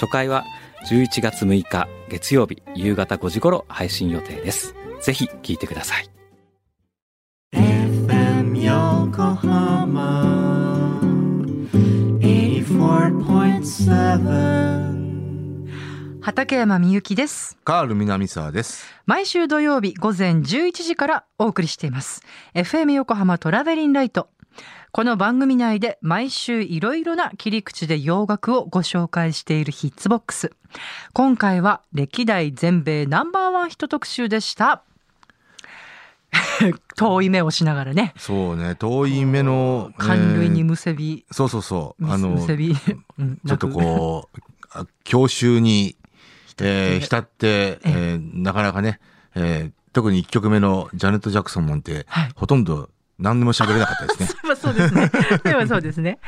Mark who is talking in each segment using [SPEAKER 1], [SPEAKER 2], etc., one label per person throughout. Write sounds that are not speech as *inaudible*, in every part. [SPEAKER 1] 初回は11月6日月曜日夕方5時頃配信予定ですぜひ聞いてください
[SPEAKER 2] FM Yokohama 84.7
[SPEAKER 3] 畠山みゆきです
[SPEAKER 4] カール南沢です。
[SPEAKER 3] 毎週土曜日午前11時からお送りしています FM 横浜トラベリンライトこの番組内で毎週いろいろな切り口で洋楽をご紹介しているヒッツボックス今回は歴代全米ナンバーワンヒット特集でした *laughs* 遠い目をしながらね
[SPEAKER 4] そうね、遠い目の
[SPEAKER 3] 寒類に
[SPEAKER 4] えー
[SPEAKER 3] むせび、
[SPEAKER 4] そうそうそう、
[SPEAKER 3] む
[SPEAKER 4] あの
[SPEAKER 3] むせ
[SPEAKER 4] ち
[SPEAKER 3] び *laughs* うん
[SPEAKER 4] ょっとこうあ郷愁に、えー浸って、えーなかなかね、えー特に一曲目のジャネット・ジャクソンなんて、
[SPEAKER 3] はい
[SPEAKER 4] ほとんど何にも喋れなかったですね。
[SPEAKER 3] まあそうですね。ではそうですね。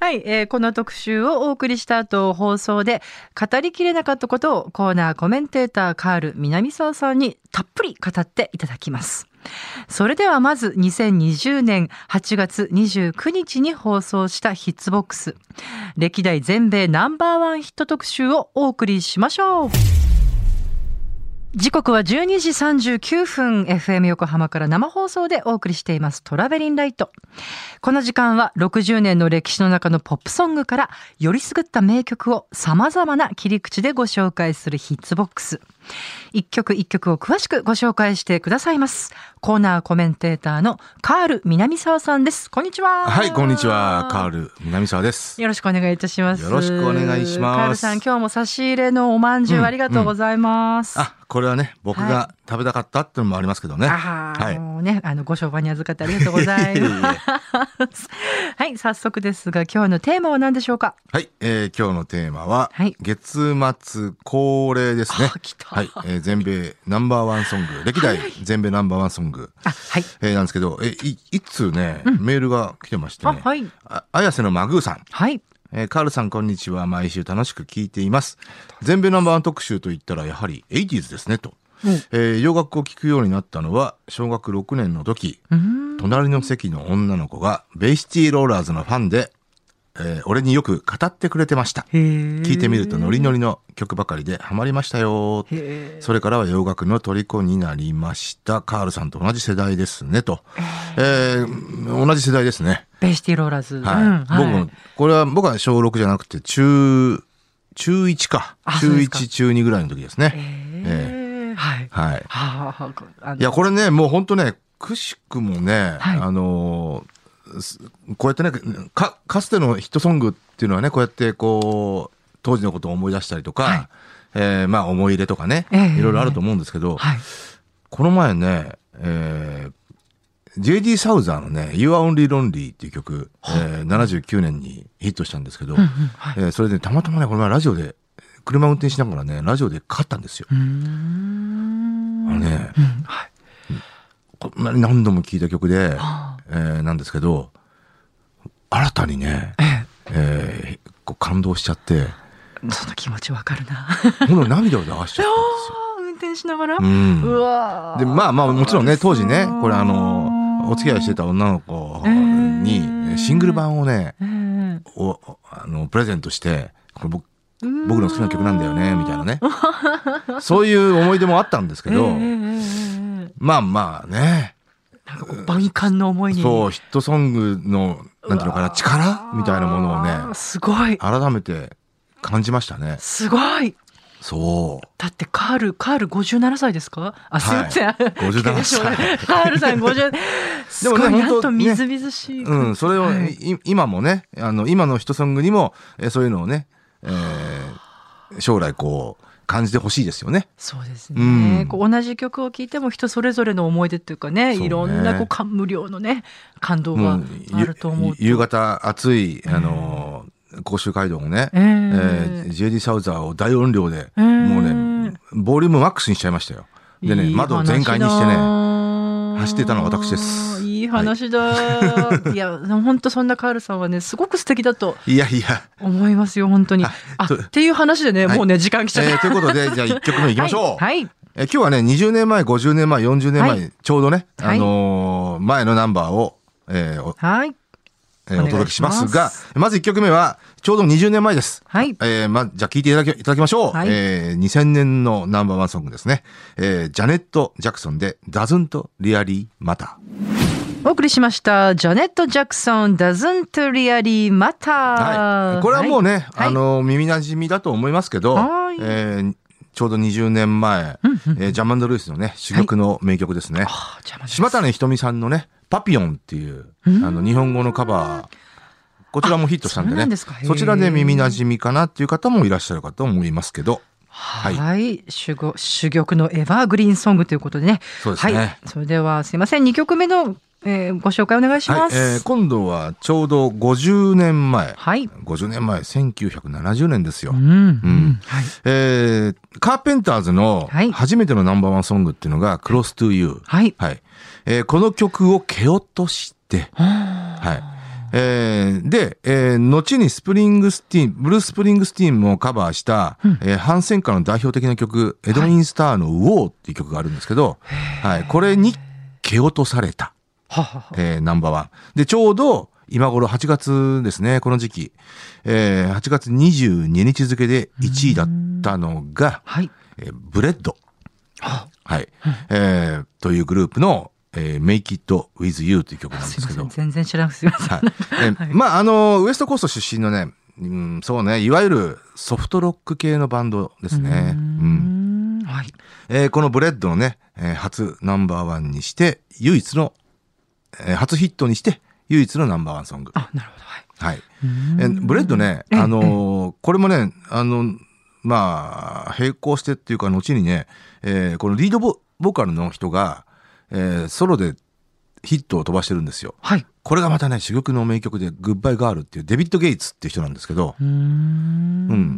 [SPEAKER 3] はい、えーこの特集をお送りした後放送で語りきれなかったことをコーナーコメンテーターカール南沢さんにたっぷり語っていただきます。それではまず2020年8月29日に放送したヒッツボックス歴代全米ナンバーワンヒット特集をお送りしましょう。時刻は12時39分 FM 横浜から生放送でお送りしていますトラベリンライト。この時間は60年の歴史の中のポップソングからよりすぐった名曲を様々な切り口でご紹介するヒッツボックス。一曲一曲を詳しくご紹介してくださいます。コーナーコメンテーターのカール南沢さんです。こんにちは。
[SPEAKER 4] はい、こんにちは、カール南沢です。
[SPEAKER 3] よろしくお願いいたします。
[SPEAKER 4] よろしくお願いします
[SPEAKER 3] カールさん、今日も差し入れのお饅頭ありがとうございます。
[SPEAKER 4] あ、これはね、僕が食べたかったってのもありますけどね。
[SPEAKER 3] ああ、
[SPEAKER 4] はい。
[SPEAKER 3] もうね、あの、ご商売に預かってありがとうございます。 *laughs* はい、早速ですが、今日のテーマは何でしょうか
[SPEAKER 4] はい、えー今日のテーマは、
[SPEAKER 3] はい
[SPEAKER 4] 月末恒例ですね
[SPEAKER 3] あ。来た
[SPEAKER 4] はい、えー全米ナンバーワンソング、歴代全米ナンバーワンソング、
[SPEAKER 3] あ、はい。
[SPEAKER 4] えーなんですけど、えーい、一通ね、メールが来てまして
[SPEAKER 3] あ、
[SPEAKER 4] ね、
[SPEAKER 3] はい。
[SPEAKER 4] あ綾瀬のマグーさん、
[SPEAKER 3] はい。
[SPEAKER 4] えーカールさんこんにちは、毎週楽しく聞いています。全米ナンバーワン特集といったらやはり 80s ですね、と。えー洋楽を聴くようになったのは小学6年の時、隣の席の女の子がベイシティローラーズのファンで、えー俺によく語ってくれてました。聞いてみるとノリノリの曲ばかりでハマりましたよ。それからは洋楽の虜になりました。カールさんと同じ世代ですね、と。えー同じ世代ですね。
[SPEAKER 3] ベイシティローラーズ。
[SPEAKER 4] はい。
[SPEAKER 3] うんはい
[SPEAKER 4] 僕も、これは僕は小6じゃなくて、中、中1か
[SPEAKER 3] あ。そう
[SPEAKER 4] 中
[SPEAKER 3] ですか
[SPEAKER 4] 1、中2ぐらいの時ですね。え
[SPEAKER 3] えーはい
[SPEAKER 4] え。はい。
[SPEAKER 3] はあはああの
[SPEAKER 4] いや、これね、もう本当ね、くしくもね、
[SPEAKER 3] はい
[SPEAKER 4] あのーすこうやってねか、かつてのヒットソングっていうのはね、こうやってこう、当時のことを思い出したりとか、
[SPEAKER 3] はい
[SPEAKER 4] えーまあ思い入れとかね、
[SPEAKER 3] ええ
[SPEAKER 4] いろいろあると思うんですけど、
[SPEAKER 3] はい。
[SPEAKER 4] この前ね、えー、JD サウザーのね、You are only lonely っていう曲、えー79年にヒットしたんですけど、えーそれでたまたまね、この前ラジオで、車運転しながらね、ラジオでかったんですよ。あのね、こんなに何度も聴いた曲で、えーなんですけど、新たにね、えーこう感動しちゃって、
[SPEAKER 3] その気持ちわかる
[SPEAKER 4] *laughs*
[SPEAKER 3] な。
[SPEAKER 4] ほんと涙を流しちゃったんですよ。
[SPEAKER 3] 運転しながら、
[SPEAKER 4] うん
[SPEAKER 3] うわー
[SPEAKER 4] でまあまあもちろんね当時ね
[SPEAKER 3] そう
[SPEAKER 4] これあのお付き合いしてた女の子
[SPEAKER 3] えー
[SPEAKER 4] にシングル版をね
[SPEAKER 3] うん
[SPEAKER 4] おおあのプレゼントしてこれ僕僕の好きな曲なんだよねみたいなねそういう思い出もあったんですけど
[SPEAKER 3] えー
[SPEAKER 4] まあまあね
[SPEAKER 3] なんかこう万感の思いに。
[SPEAKER 4] そうヒットソングのなんていうのかな力みたいなものを
[SPEAKER 3] あー
[SPEAKER 4] ね
[SPEAKER 3] すごい。
[SPEAKER 4] 改めて感じましたね
[SPEAKER 3] すごい。
[SPEAKER 4] そう
[SPEAKER 3] だってカール、カール57歳ですかあ、すいません。
[SPEAKER 4] 57歳
[SPEAKER 3] カールさん50、す
[SPEAKER 4] *laughs*
[SPEAKER 3] ごい、
[SPEAKER 4] でもね
[SPEAKER 3] やっ
[SPEAKER 4] 本
[SPEAKER 3] と
[SPEAKER 4] 当
[SPEAKER 3] みずみずしい。
[SPEAKER 4] うん、それを、
[SPEAKER 3] はい
[SPEAKER 4] い今もね、あの、今のヒットソングにも、えーそういうのをね、えー将来こう、感じてほしいですよね。
[SPEAKER 3] そうですね、
[SPEAKER 4] うん
[SPEAKER 3] こう同じ曲を聴いても人それぞれの思い出っていうかね
[SPEAKER 4] そうね
[SPEAKER 3] いろんなこう感無量のね感動
[SPEAKER 4] も
[SPEAKER 3] が
[SPEAKER 4] う、
[SPEAKER 3] あると思う
[SPEAKER 4] ゆ夕方暑い、あのー甲州街道もね、
[SPEAKER 3] え
[SPEAKER 4] え
[SPEAKER 3] ー
[SPEAKER 4] ー、JD サウザーを大音量で、
[SPEAKER 3] えー
[SPEAKER 4] もうね、ボリュームマックスにしちゃいましたよ。でね、窓を全開にしてね、
[SPEAKER 3] ね
[SPEAKER 4] 走ってたのは私です
[SPEAKER 3] いい話だ。いや、本当そんなカールさんはね、すごく素敵だと
[SPEAKER 4] いやいや、
[SPEAKER 3] 思いますよ、本当に。
[SPEAKER 4] あ
[SPEAKER 3] あ、
[SPEAKER 4] と
[SPEAKER 3] っていう話でね、
[SPEAKER 4] はい
[SPEAKER 3] もうね、時間来ちゃった。
[SPEAKER 4] えーということで、じゃあ1曲目いきましょう。
[SPEAKER 3] はい。はい
[SPEAKER 4] えー今日はね、20年前、50年前、40年前、
[SPEAKER 3] はい
[SPEAKER 4] ちょうどね、
[SPEAKER 3] は
[SPEAKER 4] あ
[SPEAKER 3] い
[SPEAKER 4] のー前のナンバーを、えーお
[SPEAKER 3] はい。
[SPEAKER 4] えー
[SPEAKER 3] お願いします
[SPEAKER 4] お届けしますが、まず1曲目は、ちょうど20年前です。
[SPEAKER 3] はい。
[SPEAKER 4] えーま、じゃあ聞いていただきいただきましょう。
[SPEAKER 3] はい
[SPEAKER 4] えー2000年のナンバーワンソングですね。えージャネット・ジャクソンで、ダズンとリアリー・マタ
[SPEAKER 3] お送りしました。ジャネット・ジャクソン、Doesn't Really Matter。
[SPEAKER 4] はい。これはもうね、
[SPEAKER 3] はい
[SPEAKER 4] あのー耳馴染みだと思いますけど、
[SPEAKER 3] はい
[SPEAKER 4] えーちょうど20年前、えージャマンド・ルイスのね、珠玉の名曲ですね。
[SPEAKER 3] あ邪魔です
[SPEAKER 4] 島谷ひとみさんのね、パピオンっていう、あの、日本語のカバー、こちらもヒットしたんで
[SPEAKER 3] あそうなん
[SPEAKER 4] ね。
[SPEAKER 3] ですかへー
[SPEAKER 4] そちらで耳馴染みかなっていう方もいらっしゃるかと思いますけど。
[SPEAKER 3] は、
[SPEAKER 4] はいい
[SPEAKER 3] 主語珠玉のエバーグリーンソングということでね。
[SPEAKER 4] そうですね
[SPEAKER 3] はい、それではすいません、二曲目の、えーご紹介お願いし
[SPEAKER 4] はい
[SPEAKER 3] ま、す。
[SPEAKER 4] えー今度はちょうど50年前。
[SPEAKER 3] はい
[SPEAKER 4] 50年前、1970年ですよ。
[SPEAKER 3] うん、
[SPEAKER 4] うん
[SPEAKER 3] はい、
[SPEAKER 4] えーカーペンターズの
[SPEAKER 3] はい
[SPEAKER 4] 初めてのナンバーワンソングっていうのが、Close to You。
[SPEAKER 3] はい、
[SPEAKER 4] はい。えーこの曲を蹴落として、はい。えーで、えー後にスプリングスティーン、ブルース・スプリングスティーンもカバーした、えー反戦歌の代表的な曲、エドウィン・スターのウォーっていう曲があるんですけど、はい。これに蹴落とされた、
[SPEAKER 3] ははは
[SPEAKER 4] えーナンバーワン。で、ちょうど、今頃8月ですね、この時期。えー8月22日付で1位だったのが、
[SPEAKER 3] はい、
[SPEAKER 4] えーブレッド。はい。えーというグループの、えー Make It With You という曲なんです
[SPEAKER 3] い
[SPEAKER 4] すけ
[SPEAKER 3] ませ
[SPEAKER 4] ど。
[SPEAKER 3] ん、
[SPEAKER 4] はい。
[SPEAKER 3] 全然知らなくてすいません。 *laughs*
[SPEAKER 4] えーまあ、あの、ウエストコースト出身のね、うん、そうね、いわゆるソフトロック系のバンドですね。う。
[SPEAKER 3] うんん、はい、
[SPEAKER 4] えーこのブレッドのね、えー初ナンバーワンにして、唯一の、えー初ヒットにして、唯一のナンバーワンソング。
[SPEAKER 3] あ、なるほど、はい。
[SPEAKER 4] はい。えブレッドね、あのーこれもね、あの、まあ、並行してっていうか、後にね、えーこのリードボボーカルの人が、えーソロでヒットを飛ばしてるんですよ。
[SPEAKER 3] はい、
[SPEAKER 4] これがまたね、珠玉の名曲で、グッバイガールっていうデビッド・ゲイツっていう人なんですけど、
[SPEAKER 3] うーん、
[SPEAKER 4] う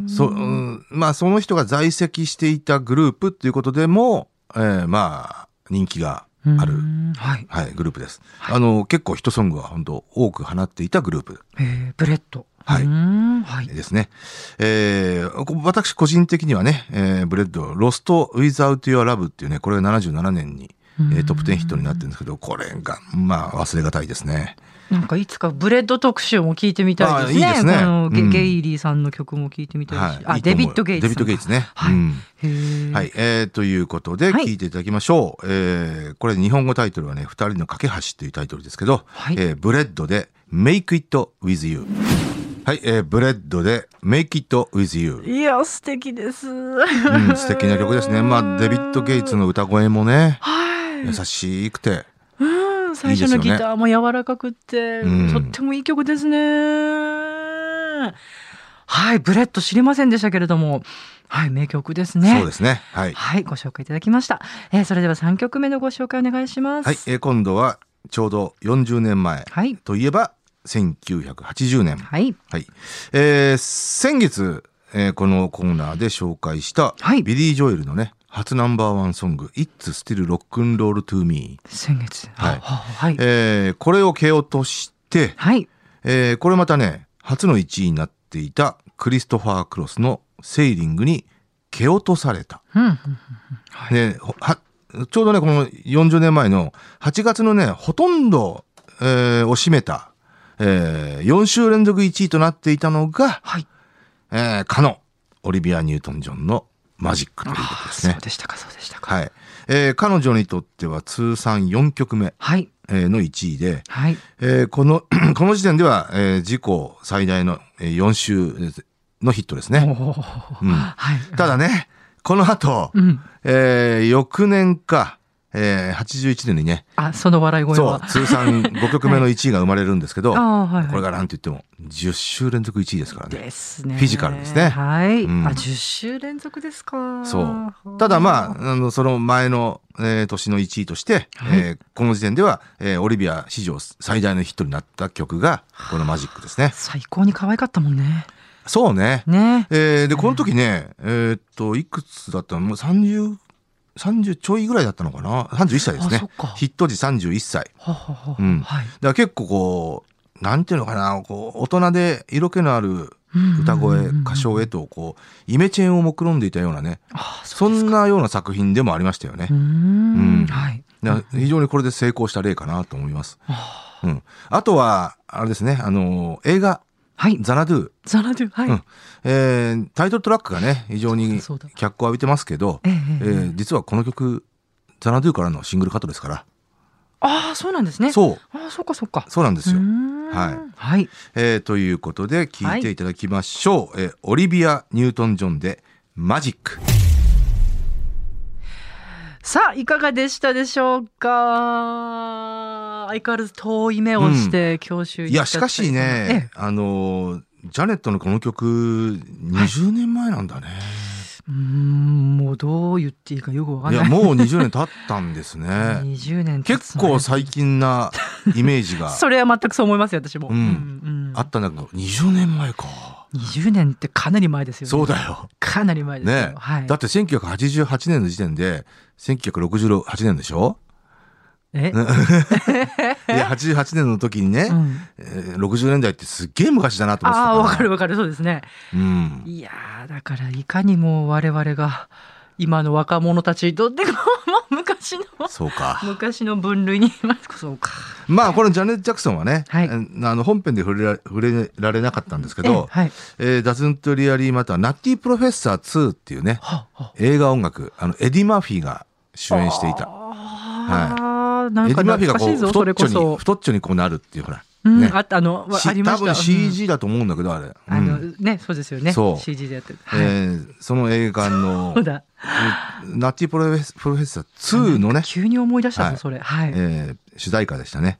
[SPEAKER 4] ん、そ、うん、まあ、その人が在籍していたグループっていうことでも、えーまあ、人気がある、
[SPEAKER 3] うんはい、
[SPEAKER 4] はい、グループです。あの、結構ヒットソングは本当多く放っていたグループ
[SPEAKER 3] えー、ブレッド、
[SPEAKER 4] はい
[SPEAKER 3] うん、はい、
[SPEAKER 4] ですね。えーこ私個人的にはね、えーブレッド、ロスト・ウィザウト・ユア・ラブっていうね、これが77年に、えートップ10ヒットになってるんですけど、これが、まあ、忘れがたいですね。
[SPEAKER 3] なんかいつかブレッド特集も聞いてみたいですね。
[SPEAKER 4] あいいですね
[SPEAKER 3] このゲ、
[SPEAKER 4] うん
[SPEAKER 3] ゲイリーさんの曲も聞いてみたいし、
[SPEAKER 4] はい
[SPEAKER 3] あ、
[SPEAKER 4] いいと
[SPEAKER 3] デ
[SPEAKER 4] 思う
[SPEAKER 3] ビッド・ゲイツさんか。
[SPEAKER 4] デビッドゲイツね
[SPEAKER 3] はい。
[SPEAKER 4] うん
[SPEAKER 3] へー
[SPEAKER 4] はい、えーということで、
[SPEAKER 3] はい
[SPEAKER 4] 聞いていただきましょう。えーこれ、日本語タイトルはね、二人の架け橋というタイトルですけど、
[SPEAKER 3] はい
[SPEAKER 4] えーブレッドで、Make It With You。はい、えーブレッドで、Make It With You。
[SPEAKER 3] いや、素敵です。
[SPEAKER 4] うん、素敵な曲ですね。まあ、デビッド・ゲイツの歌声もね、優しくて、
[SPEAKER 3] うん最初のギターも柔らかくって、
[SPEAKER 4] うん
[SPEAKER 3] とってもいい曲ですね。はい、ブレッド知りませんでしたけれども、はい、名曲ですね。
[SPEAKER 4] そうですね。はい。
[SPEAKER 3] はい、ご紹介いただきました。えーそれでは3曲目のご紹介お願いします。
[SPEAKER 4] はい、えー今度はちょうど40年前
[SPEAKER 3] はい
[SPEAKER 4] といえば1980年。はい。
[SPEAKER 3] はい、
[SPEAKER 4] えー先月、えーこのコーナーで紹介した、
[SPEAKER 3] はい
[SPEAKER 4] ビリー・ジョエルのね、初ナンバーワンソング、It's Still Rock and Roll to Me。
[SPEAKER 3] 先月。
[SPEAKER 4] はい
[SPEAKER 3] はい。
[SPEAKER 4] えーこれを蹴落として、
[SPEAKER 3] はい。
[SPEAKER 4] えーこれまたね、初の1位になっていたクリストファー・クロスのセーリングに蹴落とされた。
[SPEAKER 3] うんうん。
[SPEAKER 4] ね、ほはちょうどね、この40年前の8月のね、ほとんど、えーを占めた、え4週連続1位となっていたのが、
[SPEAKER 3] はい。
[SPEAKER 4] えーかの、オリビア・ニュートン・ジョンのマジックということです
[SPEAKER 3] そ
[SPEAKER 4] ね
[SPEAKER 3] う。でしたか、そうでしたか。
[SPEAKER 4] はい。えー彼女にとっては通算4曲目
[SPEAKER 3] はい。
[SPEAKER 4] えーの1位で、
[SPEAKER 3] はい。
[SPEAKER 4] えーこの、 *clears throat* この時点では、えー自己最大の4週のヒットですね。
[SPEAKER 3] おー
[SPEAKER 4] うん
[SPEAKER 3] はい。
[SPEAKER 4] ただね、この後、
[SPEAKER 3] うん。
[SPEAKER 4] えー翌年か、えー、81年にね、
[SPEAKER 3] あ、その笑い声
[SPEAKER 4] そう
[SPEAKER 3] は。、
[SPEAKER 4] 通算5
[SPEAKER 3] *laughs*
[SPEAKER 4] 曲目の1位が生まれるんですけど、
[SPEAKER 3] あーはいはい
[SPEAKER 4] これがなんと言っても10週連続1位ですからね。
[SPEAKER 3] ですね。
[SPEAKER 4] フィジカルですね
[SPEAKER 3] はい。
[SPEAKER 4] うん
[SPEAKER 3] あ、10週連続ですか。
[SPEAKER 4] そう。ただまあ、あのその前の、えー年の1位として、えーこの時点では、えーオリビア史上最大のヒットになった曲が、このマジックですね。
[SPEAKER 3] 最高に可愛かったもんね。
[SPEAKER 4] そうね。
[SPEAKER 3] ね。
[SPEAKER 4] えーで、この時ね、えーっと、いくつだったのもう30、30ちょいぐらいだったのかな ?31 歳です
[SPEAKER 3] あそ
[SPEAKER 4] ね
[SPEAKER 3] っか。
[SPEAKER 4] ヒット時31歳。だか
[SPEAKER 3] ははは、
[SPEAKER 4] うん
[SPEAKER 3] はい。
[SPEAKER 4] ら結構こう、なんていうのかな、こう、大人で色気のある歌
[SPEAKER 3] うん
[SPEAKER 4] 声
[SPEAKER 3] うんうん、
[SPEAKER 4] 歌唱へと、こう、イメチェンを目論んでいたようなね、
[SPEAKER 3] あ、そ
[SPEAKER 4] そんなような作品でもありましたよね
[SPEAKER 3] う。うー。ん
[SPEAKER 4] うん
[SPEAKER 3] はい。
[SPEAKER 4] だから非常にこれで成功した例かなと思います。うん、あとは、あれですね、あの、映画、
[SPEAKER 3] はい。
[SPEAKER 4] ザナドゥ、
[SPEAKER 3] ザラドゥ、はい。
[SPEAKER 4] うんえータイトルトラックがね、非常に
[SPEAKER 3] そうだそうだ
[SPEAKER 4] 脚光を浴びてますけど、
[SPEAKER 3] ええ
[SPEAKER 4] え
[SPEAKER 3] ええ
[SPEAKER 4] ー実はこの曲、ザナドゥからのシングルカットですから。
[SPEAKER 3] ああ、そうなんですね。う。
[SPEAKER 4] そう、
[SPEAKER 3] ああ、そうか、そうか。
[SPEAKER 4] そうなんですよ
[SPEAKER 3] うー。ん
[SPEAKER 4] は
[SPEAKER 3] はい。
[SPEAKER 4] えーということで、聞いていただきましょう。えーオリビア・ニュートン・ジョンで、マジック。
[SPEAKER 3] さあ、いかがでしたでしょうか相変わらず遠い目をして、教習
[SPEAKER 4] いや、しかしね、
[SPEAKER 3] ええ、
[SPEAKER 4] あの、ジャネットのこの曲、20年前なんだね。
[SPEAKER 3] うーん、もうどう言っていいかよくわか
[SPEAKER 4] い
[SPEAKER 3] んな
[SPEAKER 4] や、
[SPEAKER 3] い。
[SPEAKER 4] もう20年経ったんです
[SPEAKER 3] *laughs*
[SPEAKER 4] ね。
[SPEAKER 3] 20年経つ
[SPEAKER 4] 結
[SPEAKER 3] のね
[SPEAKER 4] 構最近
[SPEAKER 3] *laughs*
[SPEAKER 4] なイメージが
[SPEAKER 3] それは全くそう思いますよ、私も。
[SPEAKER 4] うん
[SPEAKER 3] うん
[SPEAKER 4] あったんだけど20年前か
[SPEAKER 3] 20年ってかなり前ですよね。
[SPEAKER 4] そうだよ
[SPEAKER 3] かなり前ですよ。
[SPEAKER 4] ね
[SPEAKER 3] はい。
[SPEAKER 4] だって1988年の時点で1968年でしょ
[SPEAKER 3] え、
[SPEAKER 4] いや88年の時にね、
[SPEAKER 3] うん
[SPEAKER 4] えー60年代ってすっげえ昔だなと思ってた
[SPEAKER 3] あ
[SPEAKER 4] から
[SPEAKER 3] あ、わかるわかる、そうですね。
[SPEAKER 4] うん
[SPEAKER 3] いやー、だから、いかにも我々が、今の若者たちにとっても、もう昔の、
[SPEAKER 4] そうか
[SPEAKER 3] 昔の分類に、 *laughs* まあそうか。
[SPEAKER 4] まあこのジャネット・ジャクソンはね、
[SPEAKER 3] はい
[SPEAKER 4] うんあの本編で触れら触れられなかったんですけ
[SPEAKER 3] ええ
[SPEAKER 4] ど
[SPEAKER 3] はい。
[SPEAKER 4] 「えーダズント・リアリー」または「ナッティ・プロフェッサー2」っていうね
[SPEAKER 3] はあは
[SPEAKER 4] 映画音楽あのエディ・マーフィーが主演していた
[SPEAKER 3] ああー、な
[SPEAKER 4] エ
[SPEAKER 3] ん
[SPEAKER 4] デ
[SPEAKER 3] か
[SPEAKER 4] ィ・マーフィー
[SPEAKER 3] 懐
[SPEAKER 4] が
[SPEAKER 3] かし
[SPEAKER 4] こ
[SPEAKER 3] いうぞ、そ
[SPEAKER 4] 太
[SPEAKER 3] れ
[SPEAKER 4] っちょ
[SPEAKER 3] こ
[SPEAKER 4] に
[SPEAKER 3] そ。
[SPEAKER 4] 太っちょにこうなるっていうほら、
[SPEAKER 3] うん、
[SPEAKER 4] ね
[SPEAKER 3] ああの、わ
[SPEAKER 4] し
[SPEAKER 3] ありま
[SPEAKER 4] 多
[SPEAKER 3] した。
[SPEAKER 4] 分 CG だと思うんだけどあれ、うん
[SPEAKER 3] うん。あの、ね、そうですよね。
[SPEAKER 4] そう
[SPEAKER 3] CG でやってる。
[SPEAKER 4] え
[SPEAKER 3] はい。
[SPEAKER 4] ーその映画の
[SPEAKER 3] そうだ。
[SPEAKER 4] ナッティプロフェス・プロフェッサー2のね、
[SPEAKER 3] 急に思い出した
[SPEAKER 4] は
[SPEAKER 3] ぞ、
[SPEAKER 4] い
[SPEAKER 3] それ。はい。
[SPEAKER 4] えー主題歌でしたね、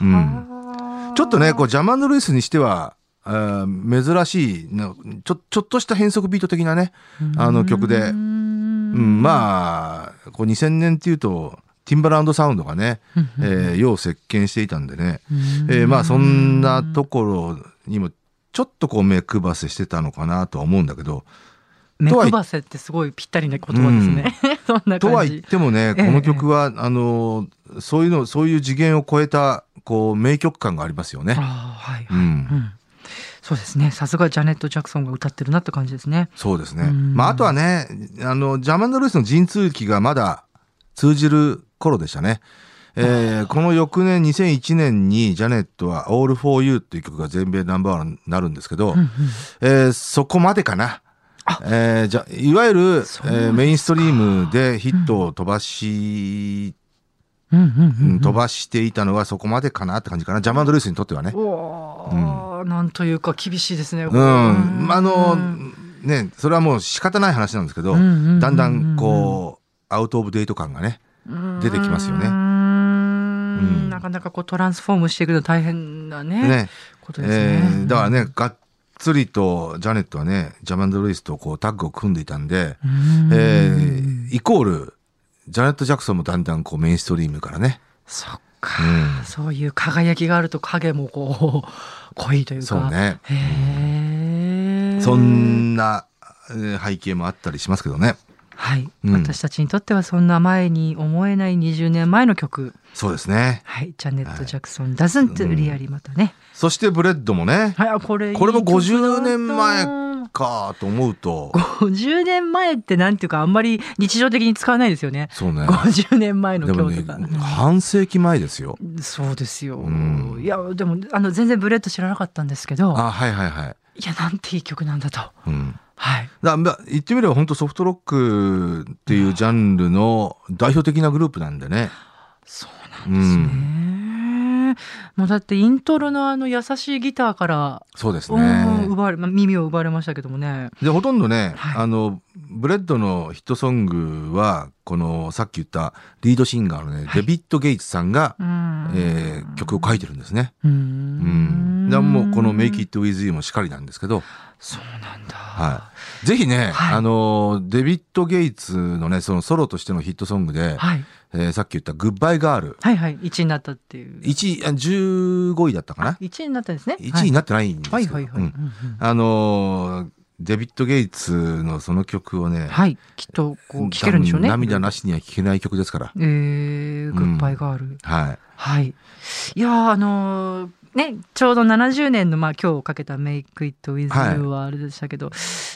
[SPEAKER 4] うん、ちょっとねこうジャマンド・ルイスにしてはあー珍しいなちょちょっとした変則ビート的なねあの曲で、
[SPEAKER 3] うー
[SPEAKER 4] うんん、まあこう2000年っていうとティンバランドサウンドがね、えー、よう席巻していたんでね、えーまあそんなところにもちょっとこう目配せしてたのかなとは思うんだけど
[SPEAKER 3] 目
[SPEAKER 4] とはい
[SPEAKER 3] 配せってすごいぴったりな言葉ですね。 *laughs* そんな感じ。
[SPEAKER 4] とは言ってもね
[SPEAKER 3] ええ
[SPEAKER 4] この曲は、あのそういうのそういう次元を超えたこう名曲感がありますよね。
[SPEAKER 3] あーはい、
[SPEAKER 4] う、
[SPEAKER 3] はいうんんそうですね。さすがジャネット・ジャクソンが歌ってるなって感じですね。
[SPEAKER 4] そうですね。
[SPEAKER 3] うん
[SPEAKER 4] まああとはねあのジャマンド・ルイスの陣痛期がまだ通じる頃でしたね。えーこの翌年2001年にジャネットは「All for You」っていう曲が全米ナンバーワンになるんですけど、
[SPEAKER 3] うんうん
[SPEAKER 4] えーそこまでかな。えーじゃいわゆる、え
[SPEAKER 3] そうなんです
[SPEAKER 4] ー
[SPEAKER 3] か
[SPEAKER 4] メインストリームでヒットを飛ばし、
[SPEAKER 3] うんうんうん
[SPEAKER 4] うん飛ばしていたのはそこまでかなって感じかなジャマンドルイスにとってはね。
[SPEAKER 3] おーなんというか厳しいですね。
[SPEAKER 4] うん、あの
[SPEAKER 3] うん
[SPEAKER 4] ねそれはもう仕方ない話なんですけど、
[SPEAKER 3] うんうんうんうん
[SPEAKER 4] だんだんこうアウト・オブ・デート感がね出てきますよね
[SPEAKER 3] うーん
[SPEAKER 4] うん
[SPEAKER 3] なかなかこうトランスフォームしていくの大変なね
[SPEAKER 4] ね
[SPEAKER 3] ことですね
[SPEAKER 4] え。ーだからねがっつりとジャネットはねジャマンドルイスとこうタッグを組んでいたんで、
[SPEAKER 3] うん
[SPEAKER 4] えーイコールジャネット・ジャクソンもだんだんこうメインストリームからね、
[SPEAKER 3] そっか、
[SPEAKER 4] うん
[SPEAKER 3] そういう輝きがあると影もこう濃いというか。
[SPEAKER 4] そうね
[SPEAKER 3] へえ。
[SPEAKER 4] そんなえー背景もあったりしますけどね
[SPEAKER 3] はい、
[SPEAKER 4] うん
[SPEAKER 3] 私たちにとってはそんな前に思えない20年前の曲。
[SPEAKER 4] そうですね
[SPEAKER 3] はい、ジャネット・ジャクソン、ダズント・リアリーまたね。
[SPEAKER 4] そしてブレッドもね、
[SPEAKER 3] はい、あこれいい
[SPEAKER 4] これも
[SPEAKER 3] 曲だった
[SPEAKER 4] 50年前かと思うと
[SPEAKER 3] 50年前ってなんていうかあんまり日常的に使わないですよね。
[SPEAKER 4] そうね
[SPEAKER 3] 50年前の
[SPEAKER 4] でも
[SPEAKER 3] 今
[SPEAKER 4] ね
[SPEAKER 3] 日とか。
[SPEAKER 4] 半世紀前ですよ
[SPEAKER 3] そうですよ。
[SPEAKER 4] うん
[SPEAKER 3] いやでもあの全然ブレッド知らなかったんですけど、
[SPEAKER 4] あはいはいはい、
[SPEAKER 3] いやなんていい曲なんだと。
[SPEAKER 4] うん、
[SPEAKER 3] はい。
[SPEAKER 4] だま言ってみれば本当ソフトロックっていうジャンルの代表的なグループなんでね
[SPEAKER 3] そうなんですね。もうだってイントロのあの優しいギターから、
[SPEAKER 4] そうです
[SPEAKER 3] うん
[SPEAKER 4] ね
[SPEAKER 3] 奪われまあ耳を奪われましたけどもね。
[SPEAKER 4] でほとんどね、
[SPEAKER 3] はい
[SPEAKER 4] あのブレッドのヒットソングは、このさっき言ったリードシンガーのね、デビッド・ゲイツさんが、
[SPEAKER 3] うん
[SPEAKER 4] えー曲を書いてるんですね。
[SPEAKER 3] う
[SPEAKER 4] うん。
[SPEAKER 3] ん
[SPEAKER 4] でもうこの Make It With You もしかりなんですけど、
[SPEAKER 3] そうなんだ。
[SPEAKER 4] はい。ぜひね、
[SPEAKER 3] はい
[SPEAKER 4] あのー、デビッド・ゲイツのね、そのソロとしてのヒットソングで、
[SPEAKER 3] はい。
[SPEAKER 4] えーさっき言ったグッバイ・ガール、
[SPEAKER 3] はいはい。1位になったっていう。
[SPEAKER 4] 1、あ15位だったかな
[SPEAKER 3] 1位になったんですね。
[SPEAKER 4] ?1 位に
[SPEAKER 3] な
[SPEAKER 4] なってないんですけど
[SPEAKER 3] はいはいはいは
[SPEAKER 4] う
[SPEAKER 3] い。
[SPEAKER 4] ん
[SPEAKER 3] うんうん
[SPEAKER 4] あのーデビッド・ゲイツのその曲をね、
[SPEAKER 3] はい。きっと、こう、聞けるんでしょうね。
[SPEAKER 4] 多分涙な。しには聴けない曲ですから。
[SPEAKER 3] えー、グッバイガール。
[SPEAKER 4] はい。
[SPEAKER 3] はい。いやーあのーね、ちょうど70年の、まあ、今日をかけた「Make It With You
[SPEAKER 4] はい」
[SPEAKER 3] はあれでしたけど、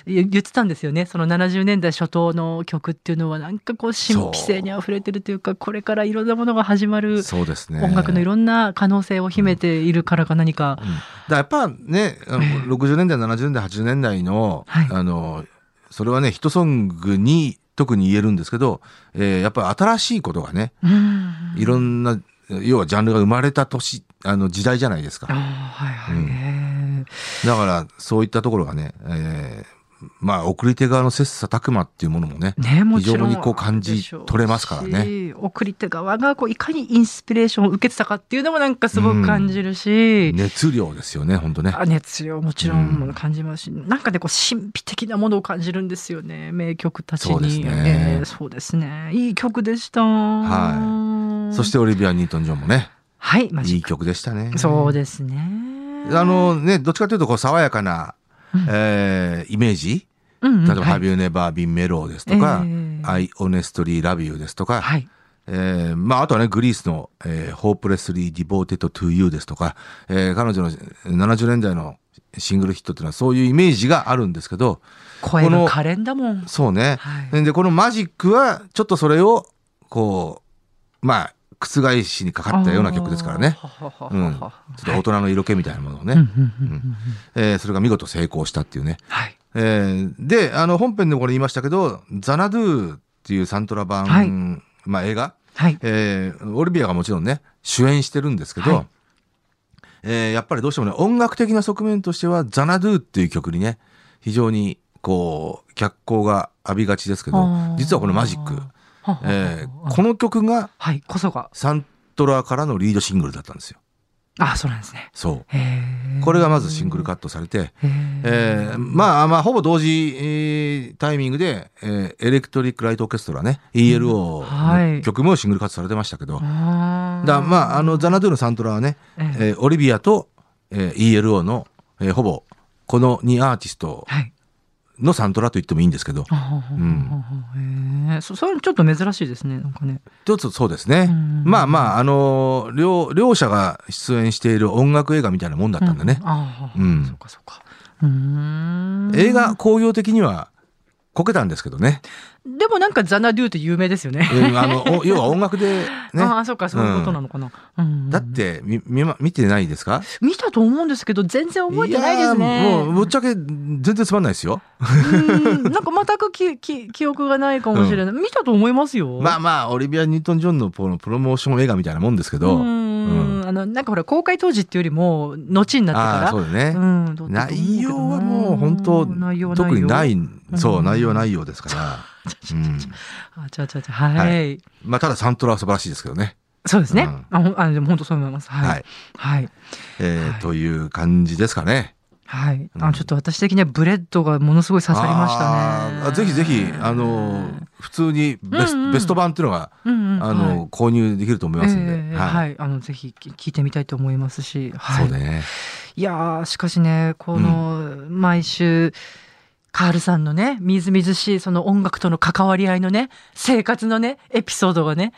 [SPEAKER 3] い言ってたんですよねその70年代初頭の曲っていうのはなんかこう
[SPEAKER 4] そう
[SPEAKER 3] 神秘性にあふれてるというかこれからいろんなものが始まる
[SPEAKER 4] そうですね。
[SPEAKER 3] 音楽のいろんな可能性を秘めているからか何か、
[SPEAKER 4] うんだからやっぱね、あの60年代、70年代、80年代の、
[SPEAKER 3] はい
[SPEAKER 4] あの、それはね、ヒットソングに特に言えるんですけど、えーやっぱり新しいことがね、
[SPEAKER 3] うん
[SPEAKER 4] いろんな、要はジャンルが生まれた年、あの時代じゃないです
[SPEAKER 3] あー
[SPEAKER 4] か。
[SPEAKER 3] はいはい、
[SPEAKER 4] うん
[SPEAKER 3] え
[SPEAKER 4] だから、そういったところがね、えーまあ、送り手側の切磋琢磨っていうものもね
[SPEAKER 3] ー、ねもちろん
[SPEAKER 4] 非常にこう感じ取れますからね
[SPEAKER 3] あるでしょうし送り手側がこういかにインスピレーションを受けてたかっていうのもなんかすごく感じるし、
[SPEAKER 4] 熱量ですよね、本当ね。
[SPEAKER 3] あ熱量もちろ
[SPEAKER 4] うん
[SPEAKER 3] ん感じますし、なんかねこう神秘的なものを感じるんですよね名曲たちに
[SPEAKER 4] そうですね
[SPEAKER 3] えーそうですねいい曲でした
[SPEAKER 4] はそしてオリビア・ニートン・ジョンもね、
[SPEAKER 3] はいマジ
[SPEAKER 4] い
[SPEAKER 3] ッ
[SPEAKER 4] い
[SPEAKER 3] ク
[SPEAKER 4] 曲でしたね。
[SPEAKER 3] そうですね
[SPEAKER 4] あのね、どっちかというとこう爽やかな、
[SPEAKER 3] うん
[SPEAKER 4] えーイメージ
[SPEAKER 3] うんうん
[SPEAKER 4] 例えば「
[SPEAKER 3] はい
[SPEAKER 4] Have You Never Been Mellow」ですとか
[SPEAKER 3] えー
[SPEAKER 4] 「I Honestly Love You」ですとか、
[SPEAKER 3] はい
[SPEAKER 4] えーまあ、あとはねグリースの「えー Hopelessly Devoted to You」ですとか、えー彼女の70年代のシングルヒットっていうのはそういうイメージがあるんですけど
[SPEAKER 3] 声
[SPEAKER 4] この
[SPEAKER 3] が可憐だもん
[SPEAKER 4] そうね、
[SPEAKER 3] はい
[SPEAKER 4] でこのマジックはちょっとそれをこうまあ覆しにかかったような曲ですからね、
[SPEAKER 3] あーははは
[SPEAKER 4] う
[SPEAKER 3] は
[SPEAKER 4] ん、ちょ
[SPEAKER 3] は
[SPEAKER 4] っと大人の色気みたいなものをね、
[SPEAKER 3] うんうんうんうん
[SPEAKER 4] えーそれが見事成功したっていうね
[SPEAKER 3] はい
[SPEAKER 4] えーであの本編でもこれ言いましたけど「ザナドゥ」っていうサントラ版、
[SPEAKER 3] はい
[SPEAKER 4] まあ、映画、
[SPEAKER 3] はい
[SPEAKER 4] えーオリビアがもちろんね主演してるんですけど、
[SPEAKER 3] はい
[SPEAKER 4] えーやっぱりどうしてもね音楽的な側面としては「ザナドゥ」っていう曲にね非常にこう脚光が浴びがちですけ
[SPEAKER 3] あ
[SPEAKER 4] ど
[SPEAKER 3] ー
[SPEAKER 4] 実はこのマジック
[SPEAKER 3] は、はは
[SPEAKER 4] え
[SPEAKER 3] は
[SPEAKER 4] ーこの曲が
[SPEAKER 3] はいこそが
[SPEAKER 4] サントラからのリードシングルだったんですよ。
[SPEAKER 3] あそうなんですね
[SPEAKER 4] そ
[SPEAKER 3] へ
[SPEAKER 4] う
[SPEAKER 3] ー
[SPEAKER 4] これがまずシングルカットされて、
[SPEAKER 3] へ
[SPEAKER 4] えーまあまあほぼ同時、えータイミングで、えーエレクトリック・ライト・オーケストラね ELO
[SPEAKER 3] は
[SPEAKER 4] の
[SPEAKER 3] い
[SPEAKER 4] 曲もシングルカットされてましたけど、
[SPEAKER 3] あー
[SPEAKER 4] だまああのザナドゥのサントラはね、
[SPEAKER 3] ええ
[SPEAKER 4] えーオリビアと、えー ELO の、えーほぼこの2アーティスト
[SPEAKER 3] はい
[SPEAKER 4] のサントラと言ってもいいんですけど
[SPEAKER 3] うん、へえそそれちょっと珍しいですねなんかね。
[SPEAKER 4] 一つそうですね
[SPEAKER 3] うん
[SPEAKER 4] まあまああのー両両者が出演している音楽映画みたいなもんだったんだね
[SPEAKER 3] う、ああ、
[SPEAKER 4] うん
[SPEAKER 3] そうかそうか。うーん
[SPEAKER 4] 映画興行的にはこけたんですけどね、
[SPEAKER 3] でもなんかザナドゥって有名ですよね。
[SPEAKER 4] うんあのお要は音楽で
[SPEAKER 3] *laughs*
[SPEAKER 4] ね
[SPEAKER 3] ああそうかそういうことなのかな。うん
[SPEAKER 4] だってみ見,、ま、見てないですか
[SPEAKER 3] 見たと思うんですけど全然覚えてないですね。
[SPEAKER 4] いやーもうぶっちゃけ全然つまんないですよ。
[SPEAKER 3] うんなんか全くき *laughs* き記憶がないかもしれない。見たと思いますよ。
[SPEAKER 4] まあまあオリビア・ニュートン・ジョンのこのプロモーション映画みたいなもんですけど、
[SPEAKER 3] う
[SPEAKER 4] うん
[SPEAKER 3] んあのなんかほら公開当時っていうよりも後になって
[SPEAKER 4] あ
[SPEAKER 3] か
[SPEAKER 4] あ
[SPEAKER 3] ら
[SPEAKER 4] そうだね、
[SPEAKER 3] うんどうだったと思うけ
[SPEAKER 4] 内
[SPEAKER 3] どな
[SPEAKER 4] 容はもう本当
[SPEAKER 3] 内容は
[SPEAKER 4] 特にないそう
[SPEAKER 3] うん
[SPEAKER 4] 内容は内容ですから、
[SPEAKER 3] *laughs*
[SPEAKER 4] うん
[SPEAKER 3] あちゃちゃちゃはい、
[SPEAKER 4] はいまあ、ただサントラは素晴らしいですけどね。
[SPEAKER 3] そうです
[SPEAKER 4] う
[SPEAKER 3] ね
[SPEAKER 4] ん。
[SPEAKER 3] あほんあでも本当そう思います。
[SPEAKER 4] は
[SPEAKER 3] はいいはい
[SPEAKER 4] えー
[SPEAKER 3] はい
[SPEAKER 4] という感じですかね。
[SPEAKER 3] はい。
[SPEAKER 4] うん
[SPEAKER 3] あちょっと私的にはブレッドがものすごい刺さりました
[SPEAKER 4] あ
[SPEAKER 3] ね。
[SPEAKER 4] ーぜひぜひあのー普通にベス,、
[SPEAKER 3] うんうん
[SPEAKER 4] ベスト版っていうのが、
[SPEAKER 3] うんうん
[SPEAKER 4] あのー購入できると思い
[SPEAKER 3] はい
[SPEAKER 4] ますんで、
[SPEAKER 3] ええ
[SPEAKER 4] はい
[SPEAKER 3] はい、あのぜひき聞いてみたいと思いますし、は
[SPEAKER 4] そう
[SPEAKER 3] い、
[SPEAKER 4] ね。
[SPEAKER 3] いやーしかしねこの毎週カールさんのねみずみずしいその音楽との関わり合いのね生活のねエピソードが
[SPEAKER 4] *laughs*
[SPEAKER 3] ね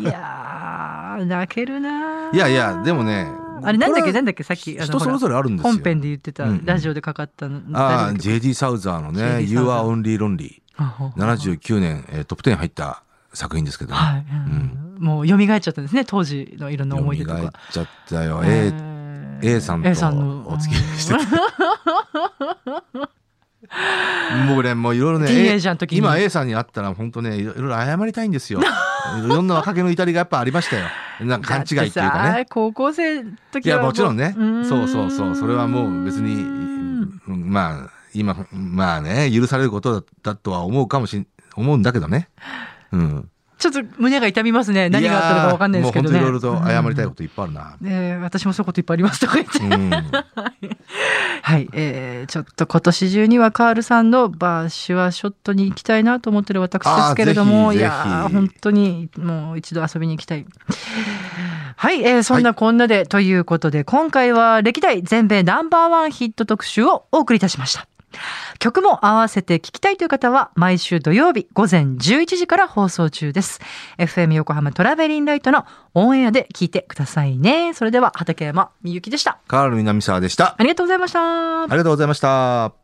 [SPEAKER 3] いやー泣けるなー
[SPEAKER 4] いやいやでもね
[SPEAKER 3] あれなんだっけ
[SPEAKER 4] これ
[SPEAKER 3] なんだっけさっきあのほ
[SPEAKER 4] 人そ
[SPEAKER 3] ら
[SPEAKER 4] れぞれあるんですよ。
[SPEAKER 3] 本編で言ってた、
[SPEAKER 4] うんうん
[SPEAKER 3] ラジオでかかったの
[SPEAKER 4] あ
[SPEAKER 3] 誰
[SPEAKER 4] あ、
[SPEAKER 3] だっけ
[SPEAKER 4] JD サウザーのね、
[SPEAKER 3] J.D.
[SPEAKER 4] You Are Only Lonely。
[SPEAKER 3] あほう
[SPEAKER 4] 79年、えートップ10入った作品ですけど、
[SPEAKER 3] はい、
[SPEAKER 4] ん
[SPEAKER 3] もう蘇っちゃったんですね当時のいろんな思い出と
[SPEAKER 4] 蘇っ
[SPEAKER 3] か
[SPEAKER 4] ちゃったよ。A,
[SPEAKER 3] え
[SPEAKER 4] A さんと
[SPEAKER 3] A さんの
[SPEAKER 4] お付き合
[SPEAKER 3] *laughs*
[SPEAKER 4] いしてて。もうね、もういろいろね、
[SPEAKER 3] ティーンエイジャーの時に
[SPEAKER 4] 今 A さんに会ったら本当ね、いろいろ謝りたいんですよ。いろんな若気の至りがやっぱありましたよ。なんか勘違いっていうか
[SPEAKER 3] だ
[SPEAKER 4] ね
[SPEAKER 3] てさ。高校生の
[SPEAKER 4] い
[SPEAKER 3] 時は
[SPEAKER 4] や、もちろんね
[SPEAKER 3] うー。ん
[SPEAKER 4] そうそうそう。それはもう別に、うんまあ、今、まあね、許されることだだとは思うかもしん、思うんだけどね。うん。
[SPEAKER 3] ちょっと胸が痛みますね。何があったのかわかんないですけどね。
[SPEAKER 4] いやーもう本当いろいろと謝りたいこといっぱいあるな。
[SPEAKER 3] うんねえ私もそういうこといっぱいありますとか言って。
[SPEAKER 4] うん。
[SPEAKER 3] はい、えー、ちょっと今年中にはカールさんのバーシュワショットに行きたいなと思ってる私ですけれど
[SPEAKER 4] あ
[SPEAKER 3] も、
[SPEAKER 4] ーぜひ
[SPEAKER 3] いや
[SPEAKER 4] ぜ
[SPEAKER 3] ー、
[SPEAKER 4] ひ
[SPEAKER 3] 本当にもう一度遊びに行きたい。はい、えー、そんなこんなで、ということで、今回は歴代全米ナンバーワンヒット特集をお送りいたしました。曲も合わせて聴きたいという方は毎週土曜日午前11時から放送中です。FM 横浜トラベリンライトのオンエアで聴いてくださいね。それでは畠山みゆきでした。
[SPEAKER 4] カール南沢でした。あ
[SPEAKER 3] ありがとうございました。
[SPEAKER 4] りがとうございました。